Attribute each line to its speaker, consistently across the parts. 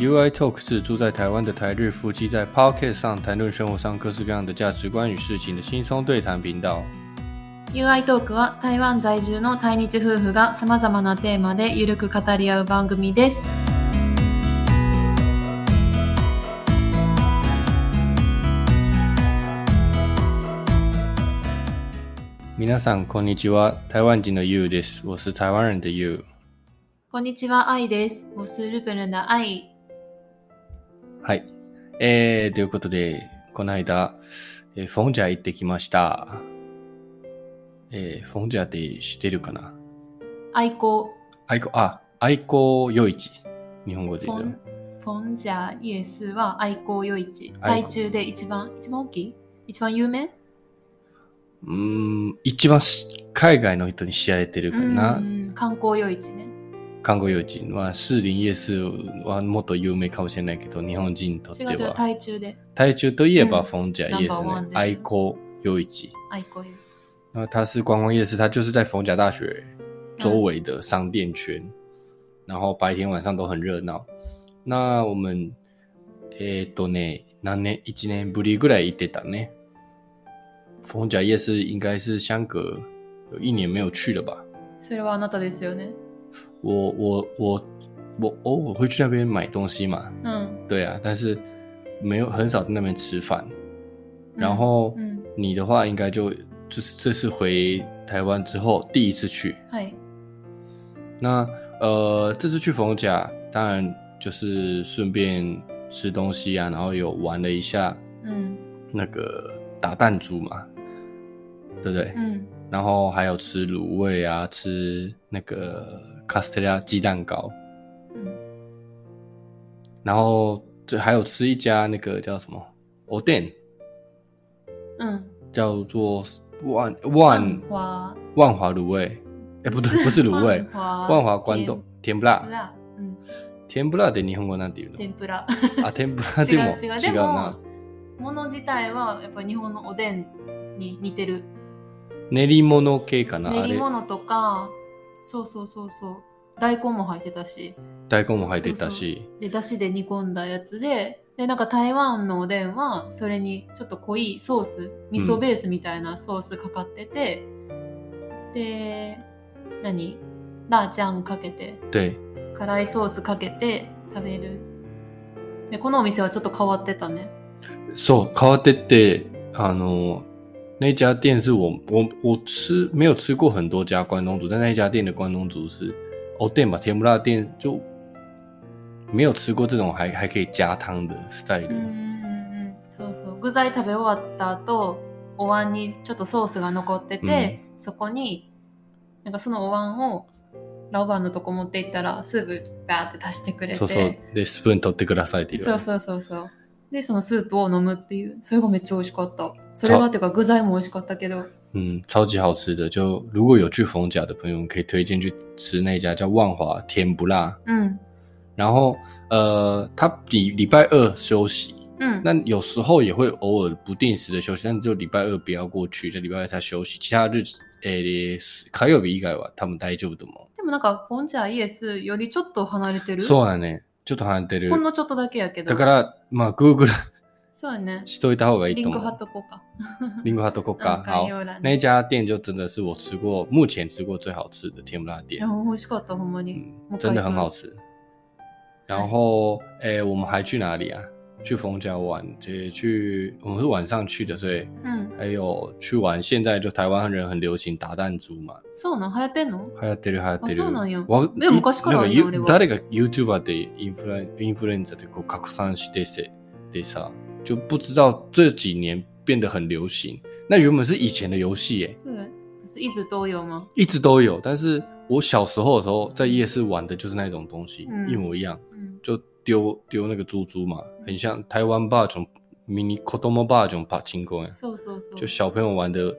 Speaker 1: UI Talk 是住在台湾的台日夫妻在 Pocket 上谈论生活上各式各样的价值观与事情的轻松对谈频道。
Speaker 2: UI トークは台湾在住の対日夫婦がさまざまなテーマでゆるく語り合う番組です。
Speaker 1: 皆さんこんにちは，台湾人的 You です。我是台湾人的 You。
Speaker 2: こんにちは、愛です。我是日本人的愛。
Speaker 1: はい。えー、ということで、この間、えーフォンジャ行ってきました。えー、フォンジャって知ってるかな
Speaker 2: 愛好、
Speaker 1: 愛好、あ、愛好夜市。日本語で
Speaker 2: フ
Speaker 1: 言
Speaker 2: ォ
Speaker 1: う
Speaker 2: ン、フォンジャイエスは愛好夜市。
Speaker 1: 愛
Speaker 2: 台
Speaker 1: 好
Speaker 2: 中で一番、一番大きい一番有名
Speaker 1: うーん、一番し海外の人に知られてるかな
Speaker 2: う。ん観光夜市ね。
Speaker 1: 看護用心は、士林夜市はもっと有名かもしれないけど、日本人にとって
Speaker 2: 違う違う、
Speaker 1: は。
Speaker 2: 台中で
Speaker 1: 台中といえば
Speaker 2: うん
Speaker 1: フォンジャ
Speaker 2: ナン
Speaker 1: 夜
Speaker 2: バーワン
Speaker 1: 市
Speaker 2: で
Speaker 1: ね。
Speaker 2: す
Speaker 1: 愛好夜市。
Speaker 2: 愛好夜市。
Speaker 1: 那它是观光夜市，它就是在逢甲大学周围的商店圈，然后白天晚上都很热闹。那我们，えっとね、何年一年ぶりぐらい行ってたね。逢甲夜市应该是相隔有一年没有去了吧？
Speaker 2: それはあなたですよね。
Speaker 1: 我我我我偶尔会去那边买东西嘛，
Speaker 2: うん。
Speaker 1: 对啊，但是没有很少在那边吃饭。然后
Speaker 2: うん。うん
Speaker 1: 你的话应该就就是这次回台湾之后第一次去，
Speaker 2: はい。
Speaker 1: 那呃，这次去逢甲，当然就是顺便吃东西啊，然后有玩了一下
Speaker 2: うん。
Speaker 1: 那个打弹珠嘛，对不对？
Speaker 2: うん。
Speaker 1: 然后还有吃卤味啊，吃那个卡斯特拉鸡蛋糕，
Speaker 2: うん
Speaker 1: 然后这还有吃一家那个叫什么 o d e n
Speaker 2: うん。
Speaker 1: 叫做万
Speaker 2: 万
Speaker 1: 万
Speaker 2: 华。，
Speaker 1: 万华卤味，哎，不对，不是卤味
Speaker 2: 万
Speaker 1: 万华关东甜不辣
Speaker 2: 天，ぷらうん
Speaker 1: 甜不辣的霓虹国那里
Speaker 2: 天ぷら。
Speaker 1: あ、天ぷらで
Speaker 2: 違う
Speaker 1: も
Speaker 2: 違う。
Speaker 1: 違
Speaker 2: で
Speaker 1: うな
Speaker 2: も。、もの自体はやっぱ日本のおでんに似てる。
Speaker 1: 練り物系かな、あ
Speaker 2: 練り
Speaker 1: れ。
Speaker 2: 物とか、そうそうそうそう。大根も入ってたし、
Speaker 1: 大根も入ってたし。
Speaker 2: で、だしで煮込んだやつで、で、なんか台湾のおでんは、それにちょっと濃いソース、味噌ベースみたいなソースかかってて、で、何ラーちゃんかけて、
Speaker 1: 对，
Speaker 2: 辛いソースかけて食べるでこのお店はちょっと変わってたね
Speaker 1: そう、変わってって、あの、那家店是我我我吃没有吃过很多家关东煮，但那家店的关东煮是哦店吧，甜不辣店就没有吃过这种还还可以加汤的 style，、
Speaker 2: うんうんうんそうそう具材食べ終わった後お椀にちょっとソースが残ってて、そこになんかそのお椀をラオバンのとこ持って行ったらスープバーって足してくれて
Speaker 1: そうそう、でスプーン取ってくださいっていう。
Speaker 2: そうそうそうそうでそのスープを飲むっていうそれがめっちゃ美味しかったそれがっていうか具材も美味しかったけど
Speaker 1: 嗯，超级好吃的。就如果有去逢甲的朋友，我们可以推荐去吃那家叫万华甜不辣。
Speaker 2: うん
Speaker 1: 然后呃，他礼礼拜二休息，
Speaker 2: うん
Speaker 1: 那有时候也会偶尔不定时的休息，但就礼拜二不要过去，在礼拜二他休息，其他日子诶，火曜日以外は多分大丈夫と思
Speaker 2: でもなんかポンチャイエスよりちょっと離れて
Speaker 1: う。
Speaker 2: る
Speaker 1: そうだね。ちょっと離れてる
Speaker 2: ほ。んのちょっとだけやけど
Speaker 1: だから、まあ、Google
Speaker 2: そうやね。
Speaker 1: しといた方がいい
Speaker 2: リ
Speaker 1: と
Speaker 2: ンク
Speaker 1: 思
Speaker 2: 貼
Speaker 1: う
Speaker 2: っ。とこうか。
Speaker 1: リンゴハト国
Speaker 2: うん
Speaker 1: 家。好
Speaker 2: 概，要欄
Speaker 1: 那一
Speaker 2: に。
Speaker 1: 家店就真的是我吃过目前吃过最好吃的甜不辣
Speaker 2: い
Speaker 1: 店
Speaker 2: や、。美味しかった、ほんまに。
Speaker 1: 嗯，真的很好吃。然后，诶、我们还去哪里啊？去逢甲玩，也去，我们是晚上去的，所以
Speaker 2: うん。
Speaker 1: 还有去玩。现在就台湾人很流行打弹珠嘛，
Speaker 2: そうなん流行ってんの
Speaker 1: 流行ってる流行ってる。
Speaker 2: あ哦そうなんや
Speaker 1: わ
Speaker 2: でも昔からあるよ
Speaker 1: なん
Speaker 2: 俺は
Speaker 1: 誰が YouTuber でインフルエインフルエンザでこう拡散しててでさ，就不知道这几年变得很流行。那原本是以前的游戏耶，
Speaker 2: うん。不是一直都有吗？
Speaker 1: 一直都有。但是我小时候的时候，在夜市玩的就是那种东西，
Speaker 2: 嗯
Speaker 1: 一模一样。
Speaker 2: うん。
Speaker 1: 就丢丢那个珠珠嘛，很像台湾霸总 mini kodomo 霸总帕青哥呀，
Speaker 2: そうそうそう。
Speaker 1: 就小朋友玩的，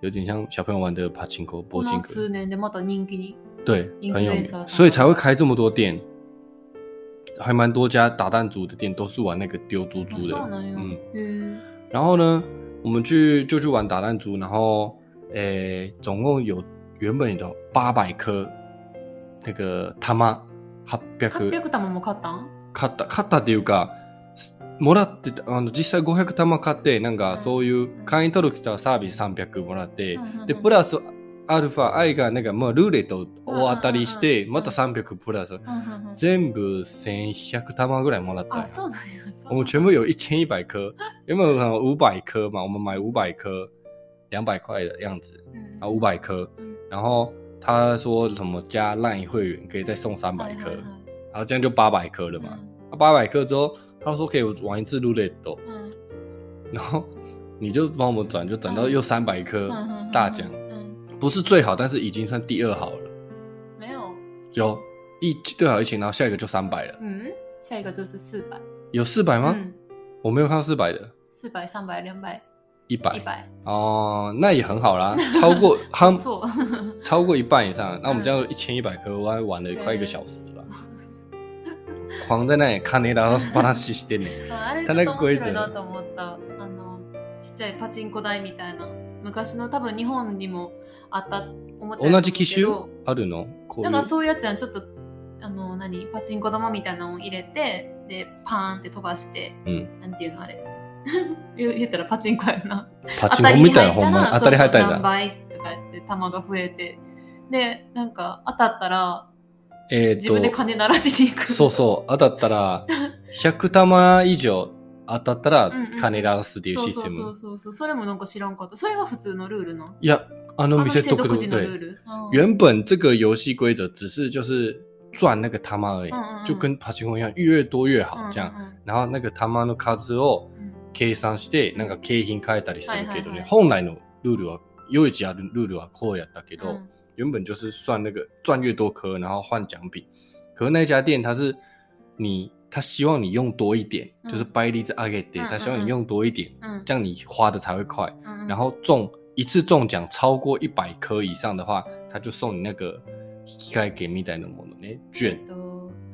Speaker 1: 有点像小朋友玩的帕青哥、
Speaker 2: こ
Speaker 1: 波青
Speaker 2: の
Speaker 1: 哥，
Speaker 2: 数年でまた人気に。
Speaker 1: 对，
Speaker 2: influencer
Speaker 1: 很有名
Speaker 2: 才，会
Speaker 1: 所以才会开这么多店，还蛮多家打弹珠的店都是玩那个丢珠
Speaker 2: あ
Speaker 1: 珠
Speaker 2: そう
Speaker 1: 的。
Speaker 2: なんよ。
Speaker 1: 嗯
Speaker 2: へー
Speaker 1: 然后呢，我们去就去玩打弹珠，然后诶、总共有原本有八百颗那个他妈，八百颗
Speaker 2: 800玉も買ったん
Speaker 1: 買った、買ったっていうか、すもらってた、あの、実際500玉買って、なん
Speaker 2: うん
Speaker 1: かそういう会員登録したらサービス300もらって、で、プ
Speaker 2: ラ
Speaker 1: ラスアルファ、愛が、なんか、まあ、ルーレットを当たりして、また300プラス、全部1100玉ぐらいもらったん
Speaker 2: あ、
Speaker 1: や。
Speaker 2: そうなんや。そう
Speaker 1: 我们全部有一千一百颗，原本有五百颗嘛，我们买五百颗，两百块的样子，
Speaker 2: うん
Speaker 1: 啊，五百颗
Speaker 2: 嗯，
Speaker 1: 然后他说什么加烂会员可以再送三百颗，
Speaker 2: はいはい
Speaker 1: 然后
Speaker 2: はい
Speaker 1: 这样就八百颗了嘛。
Speaker 2: 嗯
Speaker 1: 那八百颗之后，他说可以玩一次 roulette，哦
Speaker 2: うんうん
Speaker 1: 然后你就帮我们转，就转到又三百颗
Speaker 2: うんうんうん
Speaker 1: 大奖，
Speaker 2: うん
Speaker 1: 不是最好，但是已经算第二好了，
Speaker 2: 没有，
Speaker 1: 有一最好一千，然后下一个就三百了，
Speaker 2: 嗯，下一个就是四百，
Speaker 1: 有四百吗？
Speaker 2: 嗯，
Speaker 1: 我没有看到四百的，
Speaker 2: 四百、三百、两百、
Speaker 1: 一百
Speaker 2: 一。百，
Speaker 1: 哦，那也很好啦，超过 他
Speaker 2: 不错，
Speaker 1: 超过一半以上，那我们这样一千一百颗，我还玩了快一个小时吧，狂在那里看那打把它洗洗点点。
Speaker 2: あれち
Speaker 1: 田
Speaker 2: ょ
Speaker 1: 中
Speaker 2: っと面
Speaker 1: 圭一
Speaker 2: 白いなと思った。あのちっちゃいパチンコ台みたいな昔の多分日本にもあったおもちゃ
Speaker 1: 同じ
Speaker 2: やと思う
Speaker 1: 機
Speaker 2: け
Speaker 1: 種
Speaker 2: ど
Speaker 1: あるの？こうい
Speaker 2: なんか
Speaker 1: う
Speaker 2: そういうやつやんちょっとあの何パチンコ玉みたいなのを入れてでパーンって飛ばして、
Speaker 1: うん
Speaker 2: なんていうのあれ 言う言ったらパチンコやんな
Speaker 1: パチンコみたいなほんまに
Speaker 2: 当
Speaker 1: 当
Speaker 2: た
Speaker 1: た
Speaker 2: り
Speaker 1: り入った
Speaker 2: 入っ
Speaker 1: たり
Speaker 2: りだ何
Speaker 1: だ。
Speaker 2: 倍とかやって玉が増えてでなんか当たったら
Speaker 1: え
Speaker 2: 自分で
Speaker 1: ーっと、
Speaker 2: 金鳴らしに行く
Speaker 1: そうそう当たったら100玉以上当たったら
Speaker 2: うんうん
Speaker 1: 金出すっていう
Speaker 2: そう
Speaker 1: シス
Speaker 2: そ
Speaker 1: テ
Speaker 2: うそ
Speaker 1: ム
Speaker 2: う。そうそうそれもなんか知らんかったそれが普通のルールない
Speaker 1: や、あの
Speaker 2: あの
Speaker 1: 店
Speaker 2: 店
Speaker 1: 独
Speaker 2: 独
Speaker 1: 特
Speaker 2: 自のルー
Speaker 1: 对，
Speaker 2: ル
Speaker 1: 原本这个游戏规则只是就是赚那个他妈而已
Speaker 2: 嗯嗯嗯，
Speaker 1: 就跟爬行工一样，越多越
Speaker 2: うん
Speaker 1: 好
Speaker 2: うんうん
Speaker 1: 这样。然后那个他妈の数を
Speaker 2: うん
Speaker 1: 計算して、なんか景品変えたりする
Speaker 2: はい
Speaker 1: け
Speaker 2: はい
Speaker 1: ど
Speaker 2: はい
Speaker 1: ね、本来のルールは、唯一あるルールはこうやったけ
Speaker 2: う
Speaker 1: ど
Speaker 2: ん、
Speaker 1: 原本就是算那个赚越多颗，然后换奖品。可是那家店它是你，他希望你用多一点，
Speaker 2: 嗯
Speaker 1: 就是倍率是上げて
Speaker 2: 嗯，
Speaker 1: 他希望你用多一点，
Speaker 2: うん
Speaker 1: 这样你花的才会快。
Speaker 2: うんうん
Speaker 1: 然后中一次中奖超过一百颗以上的话，他就送你那个機械券みたいなものね，
Speaker 2: え
Speaker 1: 券
Speaker 2: っ。と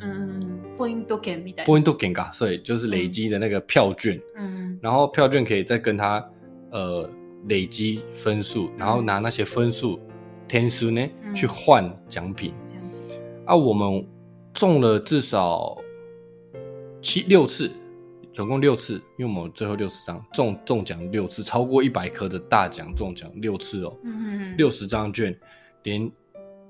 Speaker 2: うんうんポイント券みたいな
Speaker 1: ポイント券か，所以就是累积的那个票券。
Speaker 2: うん
Speaker 1: 然后票券可以再跟他呃累积分数，然后拿那些分数天数呢
Speaker 2: 嗯
Speaker 1: 去换奖品。
Speaker 2: じゃん
Speaker 1: 啊，我们中了至少七六次，总共六次，因为我们最后六十张中中奖六次，超过一百颗的大奖中奖六次哦，
Speaker 2: うんうんうん
Speaker 1: 六十张券，连。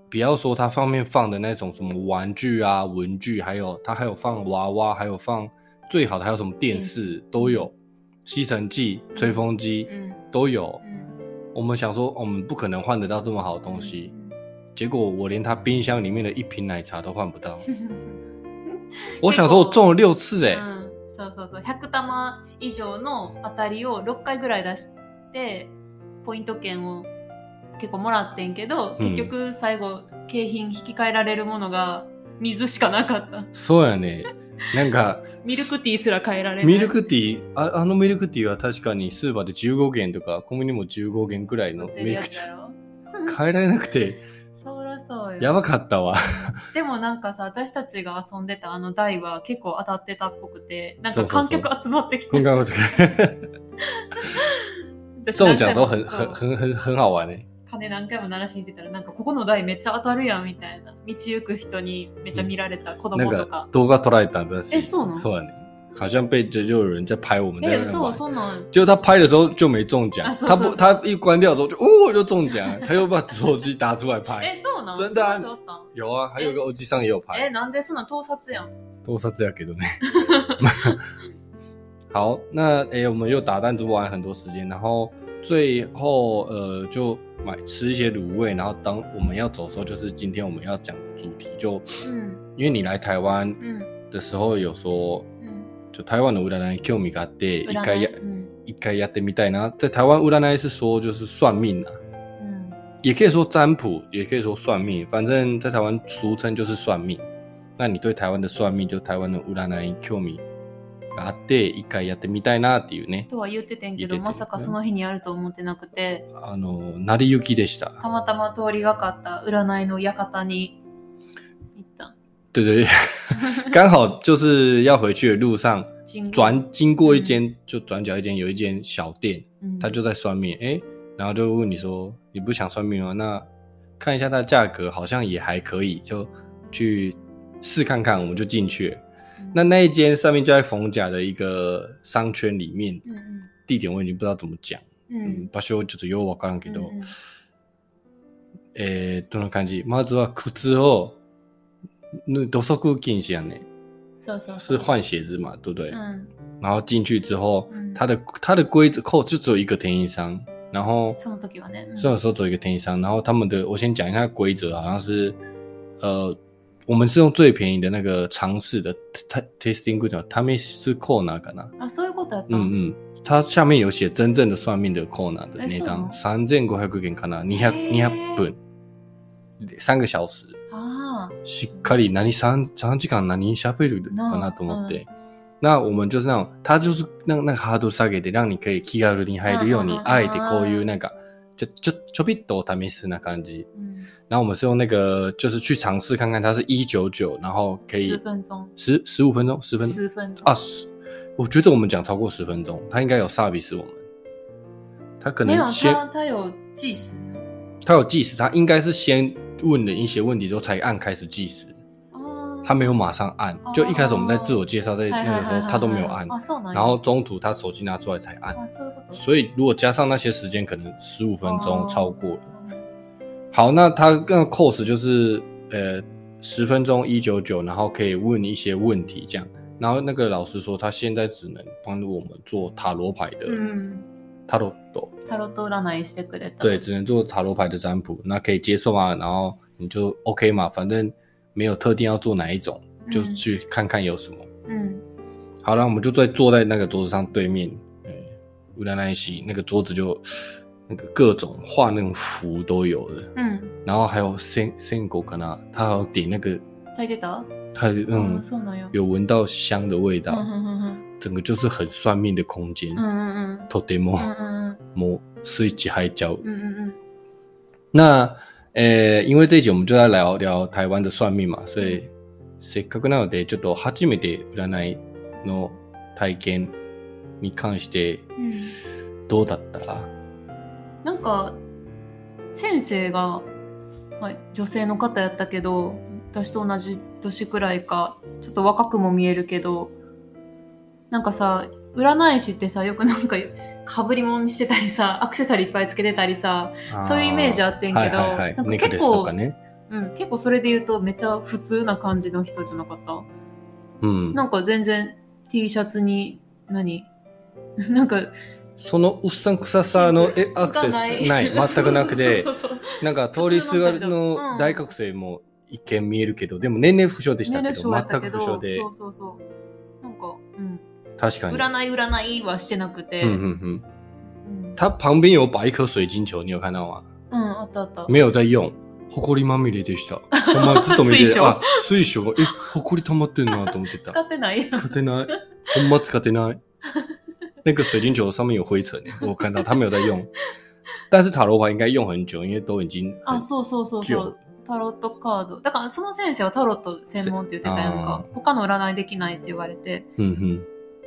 Speaker 1: 不要说它上面放的那种什么玩具啊、文具，还有它还有放娃娃，还有放最好的还有什么电
Speaker 2: 电
Speaker 1: 视都有，吸尘器、吹风机
Speaker 2: うん
Speaker 1: 都有。
Speaker 2: うん
Speaker 1: 我们想说，我们不可能换得到这么好的东西，
Speaker 2: うん。
Speaker 1: 结果我连他冰箱里面的一瓶奶茶都换不到
Speaker 2: うん
Speaker 1: 我想说，我中了六次哎、
Speaker 2: そうそうそう100玉以上の当たりを6回ぐらい出してポイント券を結構もらってんけど、
Speaker 1: うん
Speaker 2: 結局最後景品引き換えられるものが水しかなかった
Speaker 1: そうやね。 なんか
Speaker 2: ミルクティーすら変えられな
Speaker 1: 欸
Speaker 2: い
Speaker 1: ミルクティーあ、あのミルクティーは確かにスーパーで15元とか、コンビニも15元くらいの
Speaker 2: 売って
Speaker 1: ミル
Speaker 2: るや
Speaker 1: ク
Speaker 2: つ
Speaker 1: テ
Speaker 2: や
Speaker 1: ィ
Speaker 2: ろ
Speaker 1: ー買えられなくて、
Speaker 2: そらそう
Speaker 1: や
Speaker 2: よ
Speaker 1: ばかったわ。
Speaker 2: でもなんかさ私たちが遊んでたあの台は結構当たってたっぽくてなん
Speaker 1: そ
Speaker 2: か
Speaker 1: うそう
Speaker 2: 観
Speaker 1: そう
Speaker 2: 客集まってきて
Speaker 1: 今回も这个
Speaker 2: 私
Speaker 1: 中
Speaker 2: 何
Speaker 1: 奖的
Speaker 2: 回
Speaker 1: 时候
Speaker 2: も
Speaker 1: 很
Speaker 2: そう
Speaker 1: 很很很很好玩ね。
Speaker 2: 金何回も鳴らしに行ってたらなんかここの台めっちゃ当たるやんみたいな道行く人にめっちゃ見られた子
Speaker 1: なん
Speaker 2: 供と
Speaker 1: か
Speaker 2: か
Speaker 1: 動画撮られたんだし。
Speaker 2: えそうなの
Speaker 1: そうやね。好像被就就有人在拍我们在
Speaker 2: え
Speaker 1: 那边
Speaker 2: そう
Speaker 1: 玩。
Speaker 2: そうなん
Speaker 1: 结果他拍的时候就没中奖
Speaker 2: 啊，是
Speaker 1: 他
Speaker 2: 是
Speaker 1: 不
Speaker 2: 是
Speaker 1: 他一关掉之后就哦就中奖了，他又把手机拿出来拍。
Speaker 2: えそうなん
Speaker 1: 全然
Speaker 2: そんな人おったん
Speaker 1: 有啊，还有个欧吉桑也有拍，
Speaker 2: えなんでそんなん盗撮やん
Speaker 1: 多少这样给的呢。好，那诶、我们又打弹珠玩很多时间，然后最后呃就买吃一些卤味，然后当我们要走的时候，就是今天我们要讲的主题，就
Speaker 2: うん
Speaker 1: 因为你来台湾
Speaker 2: うん
Speaker 1: 的时候有说，
Speaker 2: うん
Speaker 1: 就台湾的占い興味があって一
Speaker 2: 占
Speaker 1: 回
Speaker 2: い
Speaker 1: や
Speaker 2: うん
Speaker 1: 一回やってみたいな。在台湾占い是说就是算命啊，
Speaker 2: うん
Speaker 1: 也可以说占卜，也可以说算命，反正在台湾俗称就是算命。那你对台湾的算命，就台湾的占い興味があって、一回やってみたいなっていうね、
Speaker 2: とは言っててんけ
Speaker 1: 言って
Speaker 2: ど
Speaker 1: てん
Speaker 2: まさかその日にやると思ってなくて
Speaker 1: あの、成り行きでした。
Speaker 2: たまたま通りがかった占いの館に行った
Speaker 1: 对对对，刚好就是要回去的路上
Speaker 2: 神宮
Speaker 1: 转经过一间，就转角一间有一间小店，
Speaker 2: うん
Speaker 1: 他就在算命，哎、然后就问你说你不想算命吗？那看一下它的价格，好像也还可以，就去试看看，我们就进去了。那那一间上面就在逢甲的一个商圈里面，
Speaker 2: うんうん
Speaker 1: 地点我已经不知道怎么讲，
Speaker 2: う
Speaker 1: 嗯
Speaker 2: ん、
Speaker 1: 場所ちょっとようわからんけど、
Speaker 2: うんうん
Speaker 1: えー、どの感じまずは靴を、ぬ土足禁止やね。
Speaker 2: そうそうそ
Speaker 1: 是
Speaker 2: う。
Speaker 1: 换鞋子嘛，对不对？
Speaker 2: うん、
Speaker 1: 然后进去之后，
Speaker 2: 嗯
Speaker 1: 他的他的规则扣就只有一个便宜商，然后
Speaker 2: その時はね。うん
Speaker 1: 这种时候只有一个便宜商，然后他们的我先讲一下规则，好像是呃，我们是用最便宜的那个尝试的 ta- tasting good，他们是扣哪个呢？
Speaker 2: あ、そういうことやった
Speaker 1: 嗯嗯，它下面有写真正的算命的扣哪的
Speaker 2: 哎
Speaker 1: 那
Speaker 2: 是
Speaker 1: 张
Speaker 2: 吗
Speaker 1: 三千五百元かな，你还你还本三个小时。
Speaker 2: ああ。
Speaker 1: しっかり何三三時間何喋るかなと思って。那我们就是那种，他就是那那个ハードル下げて、让你可以気軽に入るように
Speaker 2: う、ん
Speaker 1: あえてこういうなんか、ちょ、ちょ、ちょびっとお試しな感じ。
Speaker 2: うん、
Speaker 1: 然后我们是用那个，就是去尝试看看，它是一九九，然后可以
Speaker 2: 数分钟。
Speaker 1: 十十五分钟，十分钟
Speaker 2: 数分
Speaker 1: 啊，
Speaker 2: 钟。
Speaker 1: 十，我觉得我们讲超过十分钟，他应该有 s 比 r 我们，他可
Speaker 2: 没有
Speaker 1: 能，先
Speaker 2: 他他有计时。
Speaker 1: 他有计时，他应该是先问了一些问题之后才按开始计时。
Speaker 2: ああ。
Speaker 1: 他没有马上按，就一开始我们在自我介绍在
Speaker 2: はいはい
Speaker 1: 那
Speaker 2: はいはい
Speaker 1: 个时候他都没有按，
Speaker 2: あ、そうなんや
Speaker 1: 然后中途他手机拿出来才按，
Speaker 2: あ、そういうこと。
Speaker 1: 所以如果加上那些时间，可能十五分钟超过了。
Speaker 2: う
Speaker 1: 好，那他那个 cos 就是呃十分钟一九九，然后可以问一些问题这样。然后那个老师说他现在只能帮助我们做塔罗牌的
Speaker 2: 嗯ん。
Speaker 1: 塔罗斗，
Speaker 2: タロット占いしてくれた。
Speaker 1: 对，只能做塔罗牌的占卜，那可以接受啊，然后你就 OK 嘛，反正没有特定要做哪一种，就
Speaker 2: 嗯
Speaker 1: 去看看有什么。
Speaker 2: うん。
Speaker 1: 好了，我们就在坐在那个桌子上对面，嗯，乌兰那一席那个桌子就那个各种画那种符都有的，
Speaker 2: うん。
Speaker 1: 然后还有仙仙狗可能他还有点那个，
Speaker 2: 炊いてた
Speaker 1: 他嗯
Speaker 2: あそうなんや。
Speaker 1: 有闻到香的味
Speaker 2: うんう
Speaker 1: 道，
Speaker 2: んうん
Speaker 1: 整个就是很算命的空间
Speaker 2: うん。う。んうんうん。
Speaker 1: とても
Speaker 2: うんうん
Speaker 1: もうスイッチ入っちゃう。
Speaker 2: うんうんうん。
Speaker 1: 那呃，因为这一集我们就在聊聊台湾的算命嘛，所以せっかくなのでちょっと初めて占いの体験に関して
Speaker 2: うん
Speaker 1: どうだった？
Speaker 2: なんか先生が、まあ、女性の方やったけど私と同じ年くらいかちょっと若くも見えるけどなんかさ占い師ってさよくなんかかぶり物してたりさアクセサリーいっぱいつけてたりさそういうイメージあってんけど、
Speaker 1: はいはいはい、
Speaker 2: なんか
Speaker 1: ネックレ
Speaker 2: 結
Speaker 1: スと
Speaker 2: 構、
Speaker 1: かね。
Speaker 2: うん、結構それで言うとめっちゃ普通な感じの人じゃなかった
Speaker 1: うん。
Speaker 2: なんか全然 T シャツに何 なんか
Speaker 1: そのうっさんくささのえアクセスない 全くなくて
Speaker 2: そうそうそう
Speaker 1: なんか通りすがり
Speaker 2: 普通の
Speaker 1: の
Speaker 2: うん
Speaker 1: 大学生も一見見えるけど、でも年齢不詳でしたけ
Speaker 2: 年齢
Speaker 1: ど
Speaker 2: 不詳やった
Speaker 1: 全
Speaker 2: け
Speaker 1: く
Speaker 2: ど
Speaker 1: 不詳で
Speaker 2: そうそうそうなんか、うん、
Speaker 1: 確かに。
Speaker 2: 占い占いはしてなくて、
Speaker 1: うんうんうん。
Speaker 2: うん
Speaker 1: 他旁边有摆一颗水晶球，你有看到吗？
Speaker 2: うんあったあった
Speaker 1: 没有在用。ほこりまみれで した。ほんまずっと見て
Speaker 2: 水晶
Speaker 1: あ、水晶が、え、ほこり溜まってんなと思って
Speaker 2: 使
Speaker 1: た。
Speaker 2: って ないやん
Speaker 1: 使ってない。ほんま使ってない。那个水晶球上面有灰尘，我看到他没有在用。但是塔罗牌应该用很久，因为都已经很
Speaker 2: あそうそうそうそ
Speaker 1: 今日
Speaker 2: うタロットカードだからその先生はタロット専門って言ってたやんか他の占いできないって言われて
Speaker 1: うん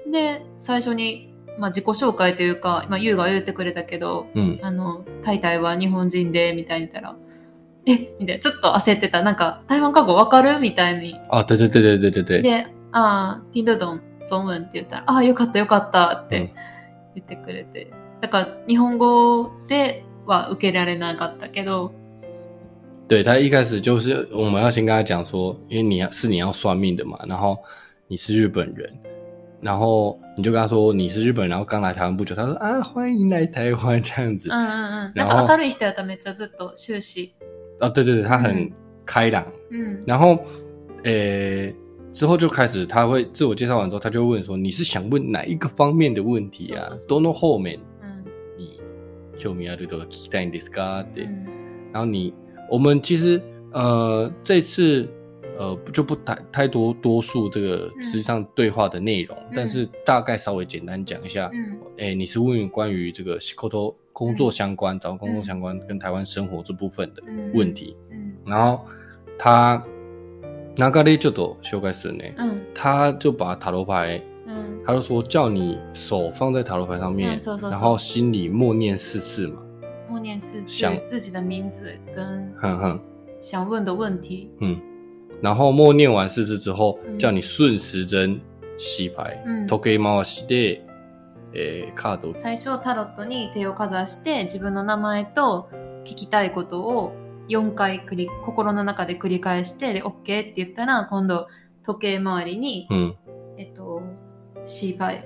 Speaker 2: で最初に、まあ、自己紹介というか、まあ、ユウが言ってくれたけど
Speaker 1: うんうん
Speaker 2: あの、タイタイは日本人で、みたいに言ったら、えみたいな、ちょっと焦ってた。なんか、台湾看護わかるみたいに。
Speaker 1: あ、对对对对对对对。
Speaker 2: で、あー、ティンドドン、ゾンウンって言ったら、あー、よかったよかったって言ってくれて。だから、日本語では受けられなかったけど、
Speaker 1: 对他一开始就是我们要先跟他讲说，因为你要是你要算命的嘛，然后你是日本人，然后你就跟他说你是日本人，然后刚来台湾不久，他说啊欢迎来台湾这样子
Speaker 2: うんうんうん。
Speaker 1: 然
Speaker 2: なん
Speaker 1: 後
Speaker 2: か明るい人やったらめっちゃずっと終始。
Speaker 1: 啊，对对对，他很
Speaker 2: 嗯
Speaker 1: 开朗，
Speaker 2: うん。
Speaker 1: 然后呃之后就开始他会自我介绍完之后，他就会问说你是想问哪一个方面的问题啊
Speaker 2: 是是？是
Speaker 1: どの方面
Speaker 2: うん。
Speaker 1: に興味あるとか聞きたいんですかって。
Speaker 2: うん
Speaker 1: 啊然后你，我们其实呃这次呃不就不太太多多数这个
Speaker 2: 嗯
Speaker 1: 实际上对话的内容，但是大概稍微简单讲一下
Speaker 2: う。ん。
Speaker 1: 哎、你是问关于这个西沟头工作相关、找工作
Speaker 2: 嗯
Speaker 1: 相关跟台湾生活这部分的
Speaker 2: うん
Speaker 1: 问。题，
Speaker 2: うん。
Speaker 1: 然后他那个嘞就都修改是呢，
Speaker 2: うん。
Speaker 1: 他就把塔罗牌。
Speaker 2: うん。
Speaker 1: 他就说叫你手放在塔罗牌上面，
Speaker 2: 嗯搜搜搜
Speaker 1: 然后心里默念四次嘛，
Speaker 2: 默念是自
Speaker 1: 想
Speaker 2: 自己的名字跟
Speaker 1: 哼哼，
Speaker 2: 想问的问题。
Speaker 1: 嗯，然后默念完四字之后
Speaker 2: う、ん
Speaker 1: 叫你顺时針洗牌
Speaker 2: う、ん
Speaker 1: 時計回して、えーカードを
Speaker 2: 最初タロットに手をかざして自分の名前と聞きたいことを4回繰り心の中で繰り返してで OK って言ったら今度時計回りに、
Speaker 1: うん、
Speaker 2: えっと C パイ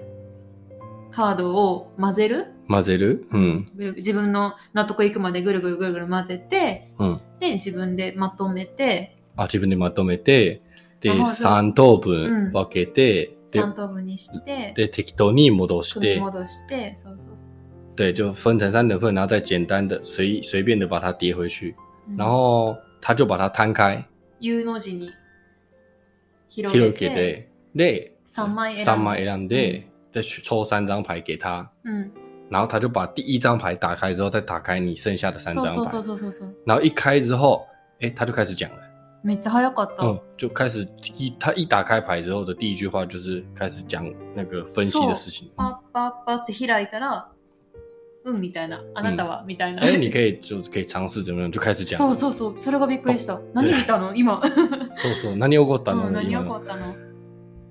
Speaker 2: カードを混ぜる
Speaker 1: 混ぜる。うん、
Speaker 2: ぐる自分の納得いくまでぐるぐるぐるぐる混ぜて、
Speaker 1: うん
Speaker 2: で自分でまとめて
Speaker 1: あ、自分でまとめて、で、
Speaker 2: あそう
Speaker 1: 3等
Speaker 2: う
Speaker 1: 分
Speaker 2: ん
Speaker 1: 分けて、で
Speaker 2: 3等分にして
Speaker 1: で、適当に戻し
Speaker 2: 組み
Speaker 1: て、
Speaker 2: 戻してそうそうそう、
Speaker 1: 对，就分成三等份，然后再简单的随随便的把它叠回去，
Speaker 2: うん
Speaker 1: 然后他就把它摊开，
Speaker 2: U の字に広げ
Speaker 1: 広
Speaker 2: て
Speaker 1: げて、で、
Speaker 2: 3枚選んで
Speaker 1: 三枚選んで、再去抽三张牌给他，
Speaker 2: うん、
Speaker 1: 然后他就把第一张牌打开之后，再打开你剩下的三张
Speaker 2: そう
Speaker 1: 牌，
Speaker 2: そうそうそうそうそう
Speaker 1: 然后一开之后，哎，他就开始讲了，
Speaker 2: めっちゃ早かった、
Speaker 1: 嗯，就开始一他一打开牌之后的第一句话就是开始讲那个分析的事情。
Speaker 2: パッパッパって開いたらうんみたいなあなたは、みたいな
Speaker 1: 哎，你可以就是可以尝试怎么样，就开始讲。
Speaker 2: そうそうそうそれがびっくりした何見たの今
Speaker 1: そうそう何起こったの？
Speaker 2: うん、 何
Speaker 1: 今
Speaker 2: 起
Speaker 1: の
Speaker 2: こったの